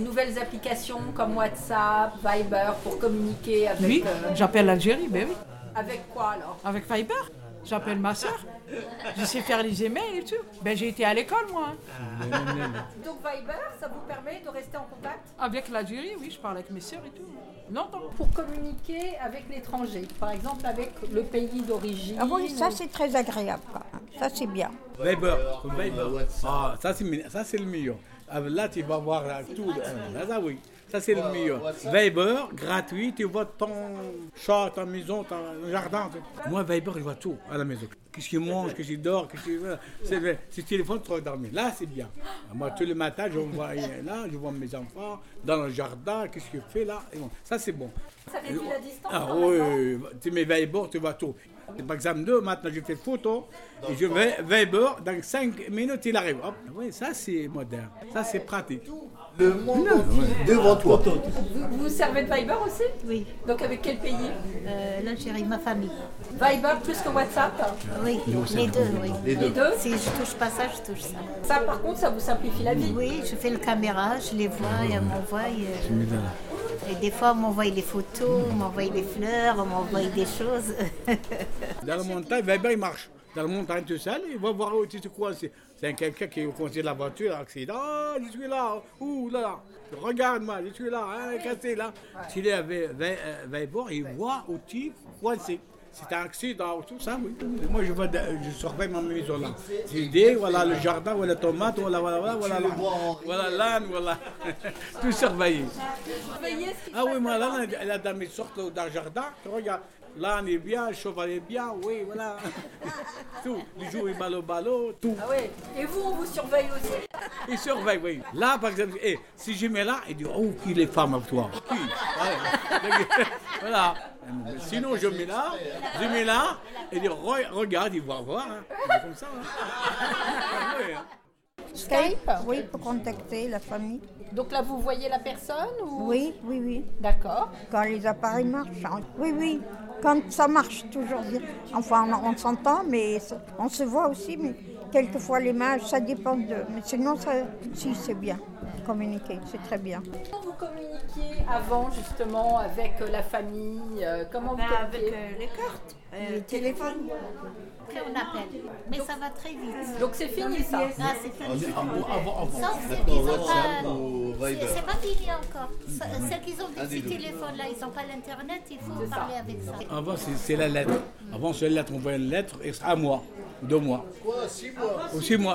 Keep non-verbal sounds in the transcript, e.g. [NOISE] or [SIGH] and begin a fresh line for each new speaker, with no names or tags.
nouvelles applications comme WhatsApp, Viber pour communiquer avec.
Oui,
euh,
j'appelle l'Algérie, ben oui.
avec quoi alors
Avec Viber, j'appelle ma soeur. Je sais faire les emails et tout. Ben j'ai été à l'école moi. hein.
Donc Viber, ça vous permet de rester en contact
Avec l'Algérie, oui, je parle avec mes soeurs et tout. Longtemps.
pour communiquer avec l'étranger, par exemple avec le pays d'origine.
Ah oui,
ou-
ça c'est très agréable. quoi. Ça c'est bien.
Viber, comme Viber. Ah, ça Euh, c'est mi- ça c'est le meilleur. Ah, Là tu vas voir là, tout. le- Là, ça oui. Ça c'est le meilleur. Viber, gratuit, tu vois ton chat, ta maison, ton jardin. tout. Moi Viber, je vois tout à la maison. Qu'est-ce qu'il mange, qu'est-ce qu'il dort, qu'est-ce qu'il... voilà. C'est vrai. C'est le téléphone trop dormir. Là c'est bien. Moi tous les matins, je vois euh, là, je vois mes enfants dans le jardin, qu'est-ce qu'il fait là. Et bon, ça c'est bon.
Ça réduit la distance.
Ah
quand même, hein
oui,
non
oui, oui. tu mets Weber, tu vois tout. Par exemple, deux, maintenant je fais photo, et je vais Weber, dans 5 minutes il arrive. Hop. Oui, ça c'est moderne, ça c'est pratique.
Le monde entier devant toi.
Vous, vous servez de Viber aussi Oui. Donc avec quel pays
Euh, L'Algérie, ma famille.
Viber plus que WhatsApp
Oui, les deux, oui.
Les
Les
deux.
deux
Si je touche pas ça, je touche ça.
Ça par contre, ça vous simplifie la vie.
Oui, je fais le caméra, je les
Ah,
vois et elles m'envoient. euh, Et des fois, on m'envoie les photos, on m'envoie les fleurs, on m'envoie des choses. [LAUGHS]
Dans la montagne, Weber il marche. Dans la montagne tout seul, il va voir où tu te crois. C'est c'est quelqu'un qui est au conseil de la voiture, accident, Ah, je suis là, ouh là là, regarde-moi, je suis là, hein, cassé là. S'il est avec Ve- euh, Weber, il voit où tu es coincé. C'est un accident, tout ça, oui. Moi, je, vais, de- je surveille ma maison là. J'ai dit, voilà le jardin, voilà la tomate, voilà, voilà, voilà, voilà,
le vois en-
l'âne. voilà l'âne, voilà. [LAUGHS] tout surveillé.
Surveillez ce qui se
Ah oui,
passe
moi,
là-bas.
l'âne, elle a dans mes sortes dans le jardin, regarde. L'âne est bien, le cheval est bien, oui, voilà. tout. Il joue, il bat le ballon, tout.
Ah oui. Et vous, on vous surveille aussi
Il surveille, oui. Là, par exemple, eh, si je mets là, il dit, oh, qui les femmes avec toi Qui Voilà. [LAUGHS] Voilà. Sinon, je mets là, je mets là, et il dit, Re- regarde, il va voir. hein. C'est comme ça. hein. [LAUGHS] Ouais, hein.
Skype, oui, pour contacter la famille.
Donc là, vous voyez la personne ou...
Oui, oui, oui.
D'accord.
Quand les appareils marchent. hein. Oui, oui. Quand ça marche, toujours bien. Enfin, on, on s'entend, mais ça- on se voit aussi. Mais quelquefois, les mains, ça dépend de. Mais sinon, ça, si, c'est bien. Communiquer, c'est très bien.
Comment vous communiquiez avant justement avec euh, la famille euh, Comment vous communiquiez
les cartes, les téléphones.
Après, on appelle. Mais ça va très vite.
Donc c'est fini ça
Ah, c'est fini.
Avant, avant, avant.
Sauf ceux qui
Maintenant,
ont
WhatsApp
pas-
ou Viber.
C'est c'est pas fini encore. Ceux ceux qui ont
Un
des
des
petits
deux.
téléphones là, ils n'ont pas l'internet, il faut parler avec ça.
Avant, c'est c'est la lettre. Avant, c'est la lettre, on voit une lettre, et c'est à moi, deux mois,
Quoi, six mois
ou six mois.